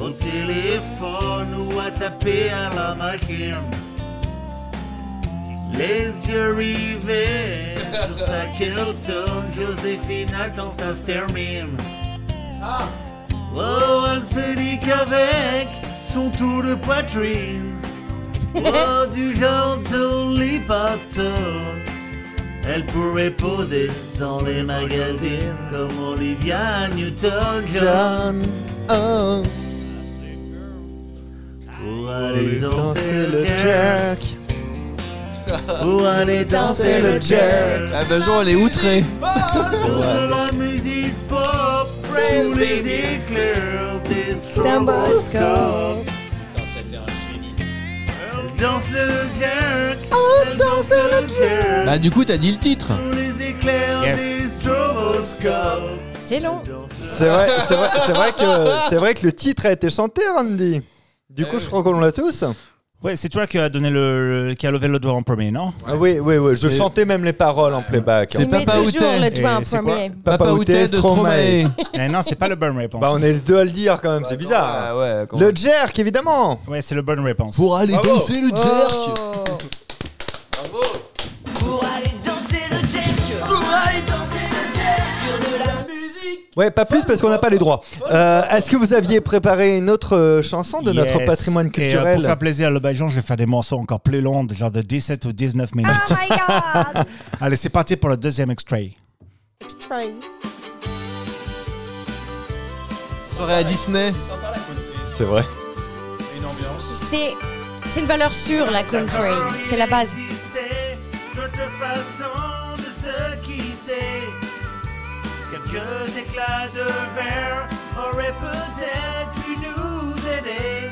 au téléphone ou à taper à la machine. Les yeux rivés sur sa Kelton, Joséphine attend que ça se termine. Oh, elle se dit qu'avec son tour de poitrine, oh, du genre Dolly Parton, elle pourrait poser dans les magazines comme Olivia Newton-John John, oh, pour aller danser danser le jerk, jerk. pour aller danser le jerk, La Bajon, bah, elle est outrée. pour de la musique pop sous les éclairs des stroboscopes. Elle danse le jerk, elle Oh, danse le jerk Bah, du coup, t'as dit le titre. sous les éclairs Yes. des stroboscopes. C'est long. C'est vrai, c'est vrai, c'est vrai que c'est vrai que le titre a été chanté, Randy. Du coup, je crois qu'on l'a tous. Ouais, c'est toi qui a donné le, le- qui a levé le doigt en premier, non Ah oui, oui, oui. Je chantais même les paroles en playback. hein. Il C'est met Papa toujours Outé. le doigt en Et c'est premier. Papa Outé de Stromae. Eh Non, c'est pas le bonne réponse. Bah, on est le deux à le dire quand même. C'est bizarre. Ah ouais, quand Ah Le jerk, évidemment. Ouais, c'est le bonne réponse. Pour aller danser le jerk. Oh. Ouais, pas plus parce qu'on n'a pas les droits. Euh, Est-ce que vous aviez préparé une autre euh, chanson de notre Yes. patrimoine Et euh, culturel pour faire plaisir à le Bajon, je vais faire des morceaux encore plus longs, de genre de 17 ou 19 minutes. Oh my god! Allez, c'est parti pour le deuxième extrait. Extrait. Soirée à Disney. C'est vrai. C'est c'est une valeur sûre, la country. C'est la base. Existait D'autres façons de se quitter. Quelques éclats de verre auraient peut-être pu nous aider.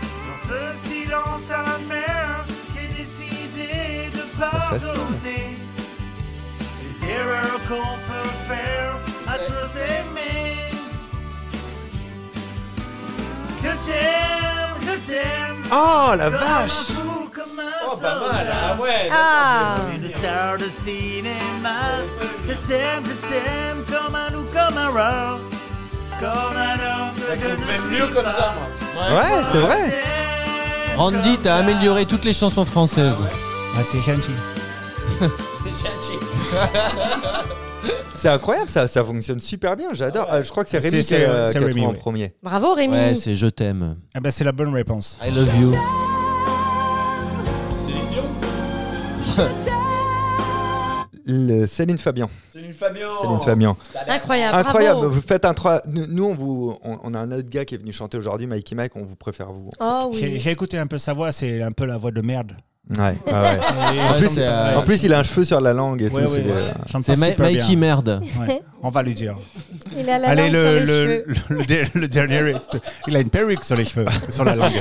Dans ce silence amer, j'ai décidé de pardonner. Les erreurs qu'on peut faire à tous aimer. Que j'aime, que t'aimes. Oh la Ah, Comme un vache fou, comme un ouais. Ah Une star de cinéma. Je t'aime, je t'aime comme un loup, comme un rat. Comme un homme que je ne suis pas. moi. Ouais, c'est Je vrai. t'aime Randy, comme t'as ça. amélioré toutes les chansons françaises. Ah, c'est gentil. C'est incroyable, ça, ça fonctionne super bien. J'adore. Euh, je crois que c'est C'est- Rémi qui c'est- a- c'est qui a Rémi, trouvé en oui. premier. Bravo Rémi Ouais, c'est Je t'aime. Ah ben, c'est la bonne réponse. I love you. Le- Céline Fabian. Céline Fabian. Ah, Incroyable. Incroyable. Bravo. Vous faites un trois. Nous, nous, on vous, on, on a un autre gars qui est venu chanter aujourd'hui, Mikey Mike. On vous préfère vous. Oh J'ai oui. j'ai écouté un peu sa voix, c'est un peu la voix de merde. Ouais. ouais, ouais. En, plus, c'est, euh, en plus, il a un cheveu sur la langue et Ouais, tout. c'est ouais, ouais. des- Chante C'est pas Ma- super Mikey bien. Merde. Ouais, On va lui dire. Il a la Allez, langue sur le, les le, cheveux. le- le der- le dernier, il a une perruque sur les cheveux, sur la langue.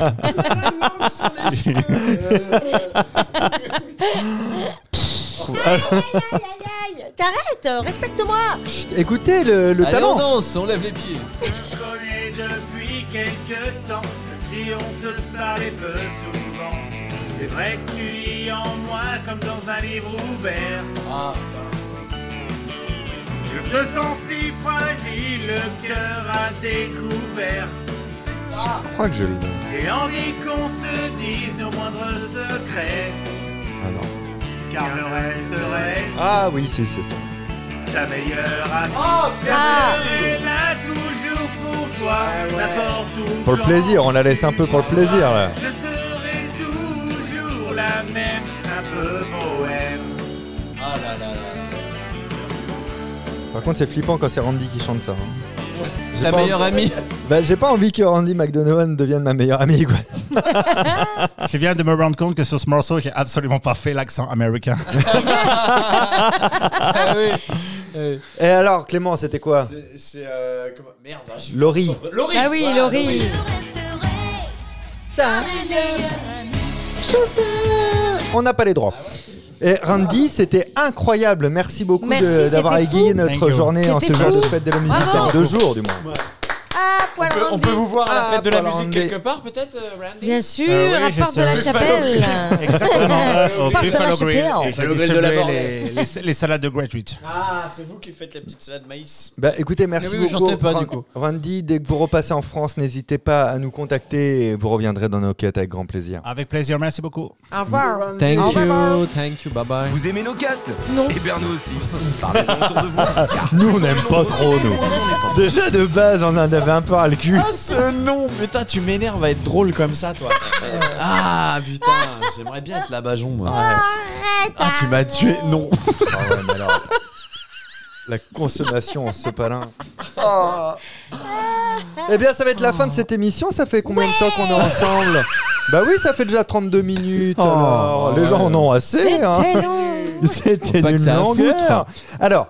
Aïe, aïe, T'arrêtes, euh, respecte-moi. Chut, écoutez le, le Allez, on talent. danse, on lève les pieds. connais depuis quelque temps, si on se parlait peu souvent. C'est vrai que tu lis en moi comme dans un livre ouvert. Je te sens si fragile, le cœur à découvert. Je crois que je l'ai. J'ai envie qu'on se dise nos moindres secrets, Ah, non. car je resterai Ah oui, si, c'est ça. ta meilleure amie. Je Ah. serai là toujours pour toi, n'importe où. Pour le quand plaisir, on la laisse un peu pour le tu plaisir, vas. là. Je serai toujours la même, un peu bohème. Par contre, c'est flippant quand c'est Randy qui chante ça. hein. J'ai Ta pas meilleure amie. Bah, j'ai pas envie que Randy McDonovan devienne ma meilleure amie, quoi. Je viens de me rendre compte que sur ce morceau, j'ai absolument pas fait l'accent américain. Et alors, Clément, c'était quoi C'est. euh, Merde. hein, Laurie. Laurie. Ah oui, Laurie. On n'a pas les droits. Et Randy, c'était incroyable. Merci beaucoup Merci, de- d'avoir c'était égayé fou. Thank notre you. journée en ce C'était jour fou. de fête de la musique. Bravo. C'est en deux jours, du moins. Ah, poil On peut, on Randy. peut vous voir à la Ah, fête de la voilà, musique Randy. quelque part, peut-être, euh, Randy Bien sûr, Euh, oui, à je Porte de sais. la Chapelle. Exactement, au Porte de la Buffalo Grill. Et Chapelle. je Grill de la distribuais Bordée. les, les- les salades de gratuite. Ah, c'est vous qui faites la petite salade maïs. Bah, écoutez, merci Mais oui, vous beaucoup. chantez pas, Ran- du coup. Randy, dès que vous repassez en France, n'hésitez pas à nous contacter et vous reviendrez dans nos quêtes avec grand plaisir. Avec plaisir, merci beaucoup. Au revoir. Thank Oh, Au revoir. you, thank you, bye bye. Vous aimez nos quêtes Non. Eh bien, nous aussi. Parlez-en autour de vous. Nous, on n'aime pas trop, nous. Déjà de base, on en avait un peu à le cul. Ah, ce nom Putain, tu m'énerves à être drôle comme ça, toi. ah, putain, j'aimerais bien être l'abajon, moi. Ah, tu m'as tué Non. Ah ouais, mais alors, la consommation en sopalin. Ah. Oh. Eh bien, ça va être la fin de cette émission. Ça fait combien de temps qu'on est ensemble Bah oui, ça fait déjà 32 minutes. Oh, alors. Les gens en ont assez. C'était hein. long. C'était Faut pas que d'une ça longueur. foutre. Alors.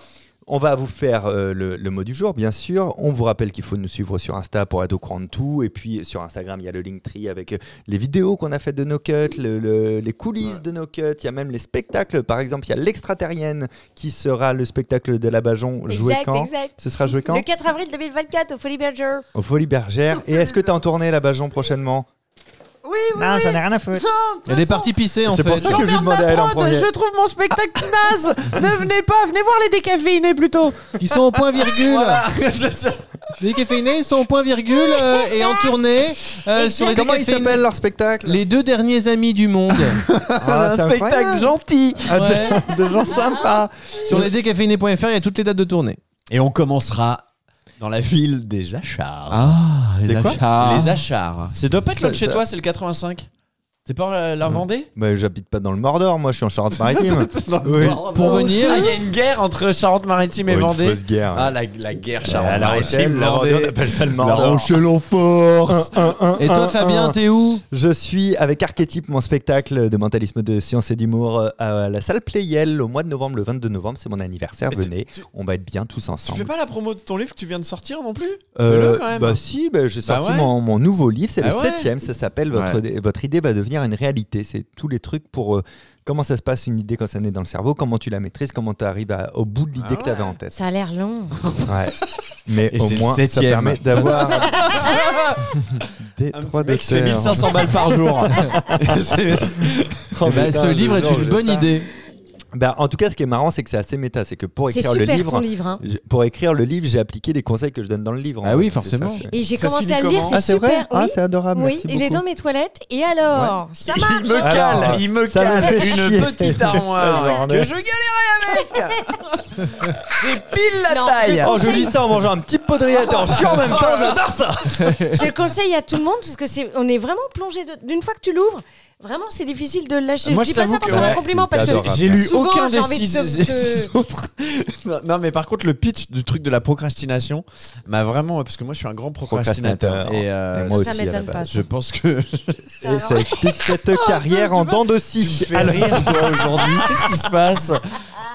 On va vous faire euh, le, le mot du jour, bien sûr. On vous rappelle qu'il faut nous suivre sur Insta pour être au courant de tout. Et puis sur Instagram, il y a le Linktree avec euh, les vidéos qu'on a faites de nos cuts, le- le- les coulisses de nos cuts. Il y a même les spectacles. Par exemple, il y a l'extraterrienne qui sera le spectacle de la Bajon joué Exact, quand exact. Ce sera joué quand Le 4 avril 2024 au Folie Berger. Au Folie Bergère. Et est-ce que tu as en tournée la Bajon prochainement Oui, oui. Non, j'en ai rien à foutre. Elle est partie pisser en C'est fait. pour ça que je lui J'emmerde ma demandais à elle en prod, premier. je trouve mon spectacle naze. ne venez pas, venez voir les décaféinés plutôt. Ils sont au point virgule. Les caféinés ils sont au point virgule euh, et en tournée euh, Et sur les Comment ils décaféinés. s'appellent leur spectacle Les deux derniers amis du monde. Ah, un c'est spectacle incroyable. gentil. Ah, de, de gens sympas. sur lesdécaféinés.fr, il y a toutes les dates de tournée. Et on commencera dans la ville des Achards. Ah, les Des quoi achats. Les Achards. C'est doit pas être Ça- l'autre chez ça- toi, c'est le 85. T'es pas euh, la Vendée Bah, j'habite pas dans le Mordor, moi, je suis en Charente-Maritime. Oui. Pour venir. Ah, il y a une guerre entre Charente-Maritime et Oh, une Vendée. fausse guerre. Ah, la, la guerre à La Rochelle, Charente-Maritime. la Vendée, on appelle ça le Mordor. en force. Et toi, Fabien, t'es où Je suis avec Archétype, mon spectacle de mentalisme, de science et d'humour euh, à la salle Playel au mois de novembre, le 22 novembre. C'est mon anniversaire. tu- Venez, on va être bien tous Tu ensemble. fais pas la promo de ton livre que tu viens de sortir non plus Euh, Fais-le quand même. Bah si, bah, j'ai Bah sorti ouais. mon, mon nouveau livre, c'est Ah le ouais. septième, ça s'appelle votre, votre idée va devenir une réalité. C'est tous les trucs pour euh, comment ça se passe une idée quand ça naît Ah dans le cerveau, comment tu la maîtrises, comment tu arrives au bout de l'idée que tu avais en tête. Ça a l'air long. Ouais. Mais Et au c'est le moins, ça septième. permet d'avoir des Un trois petit mec qui se fait docteurs. 1500 balles par jour. C'est- Oh, Eh ben, putain, ce le livre est jour où une je bonne sors. idée. Bah, en tout cas, ce qui est marrant, c'est que c'est assez méta. C'est que pour C'est écrire le super livre, ton livre. hein. j- pour écrire le livre, j'ai appliqué les conseils que je donne dans le livre. en Ah oui, fait, c'est forcément. ça, c'est- Et j'ai Ça se commencé finit à le lire, comment c'est ah, c'est super. vrai Ah, oui, c'est adorable. oui, merci il est beaucoup. dans mes toilettes. Et alors Ça marche Il me cale, Alors, il me ça me cale fait chier. une petite Toute la armoire journée. Ah, que je galérais avec. C'est pile la Non, taille. Oh, je je conseille- lis ça en mangeant un petit pot de rillettes et en chiant en même Ah, temps, j'adore ça Je le conseille à tout le monde parce que c'est, on est vraiment plongé. de- D'une fois que tu l'ouvres, vraiment, c'est difficile de le lâcher. Moi, je je dis pas ça t'avoue pour que- faire un ouais, compliment parce que adorable. J'ai lu Souvent, aucun j'ai des envie de six, te- des te- six autres. Non, non, mais par contre, le pitch du truc de la procrastination m'a vraiment. Parce que moi, je suis un grand procrastinateur. Procrastinateur. Et, euh, Et moi ça aussi, à la m'étonne pas. Oh, base. ça. je pense que. Alors, Et ça explique cette carrière en dents de scie. Tu me fais rire, toi, aujourd'hui. Qu'est-ce qui se passe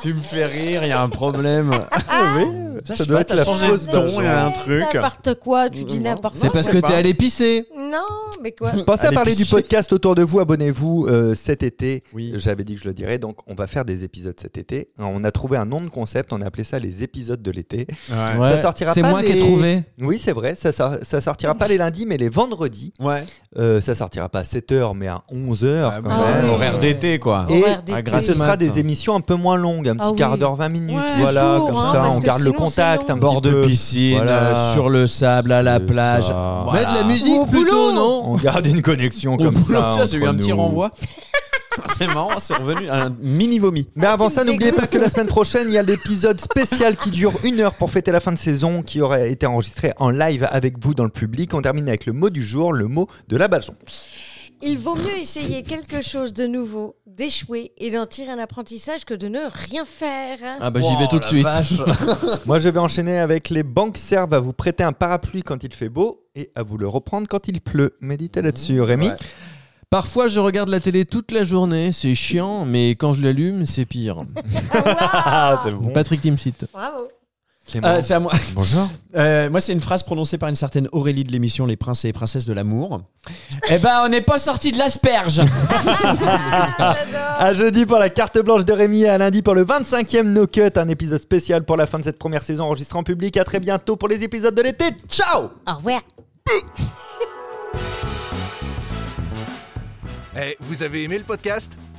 Tu me fais rire, il y a un problème. Ah, ah. Oui, Ça, je ça, sais doit pas, être t'as la changé fausse de hein. ton, ton. il y a un truc. N'importe quoi, tu dis Non, n'importe quoi. C'est parce je que sais t'es pas. allé pisser. Non, mais quoi Pensez à Allez, parler du pichier. podcast autour de vous, abonnez-vous euh, cet été. Oui. J'avais dit que je le dirais, donc on va faire des épisodes cet été. On a trouvé un nom de concept, on a appelé ça les épisodes de l'été. Ouais, sortira C'est pas moi qui ai les- trouvé. Oui, c'est vrai, ça, sor- ça sortira pas les lundis, mais les vendredis. Ouais. Euh, ça sortira pas à 7h, mais à 11h. Ah, quand bah, même. oui. Horaire d'été, quoi. Et Horaire d'été. à Et grâce ce sera mat. hein. des émissions un peu moins longues, un petit Ah oui. quart d'heure, 20 minutes, Ouais, voilà, faut, comme hein, ça, parce on que garde le sinon, contact c'est un long. Bord petit de peu. piscine, Voilà. euh, sur le sable, à la C'est plage. ça. Voilà. Mets de la Ou au musique plutôt, boulot. non On garde une connexion comme Au boulot, ça. tiens, j'ai eu entre un petit nous. renvoi. c'est marrant, c'est revenu un mini vomi. Mais avant ça, me n'oubliez pas dégoûtes. que la semaine prochaine, il y a l'épisode spécial qui dure une heure pour fêter la fin de saison, qui aurait été enregistré en live avec vous dans le public. On termine avec le mot du jour, le mot de la Bajon. Il vaut mieux essayer quelque chose de nouveau, d'échouer et d'en tirer un apprentissage que de ne rien faire. hein. Ah bah j'y vais tout de suite. Moi, je vais enchaîner avec les banques servent à vous prêter un parapluie quand il fait beau et à vous le reprendre quand il pleut. Méditez là-dessus, Rémi. Parfois, je regarde la télé toute la journée, c'est chiant, mais quand je l'allume, c'est pire. Ah, c'est bon. Patrick Timsit. Bravo. Clément. Euh, c'est à moi. Bonjour. Euh, moi, c'est une phrase prononcée par une certaine Aurélie de l'émission Les Princes et les Princesses de l'amour. eh ben, on n'est pas sorti de l'asperge. À jeudi pour la carte blanche de Rémi et à lundi pour le 25e No Cut, un épisode spécial pour la fin de cette première saison enregistrée en public. À très bientôt pour les épisodes de l'été. Ciao Au revoir. Eh, vous avez aimé le podcast Eh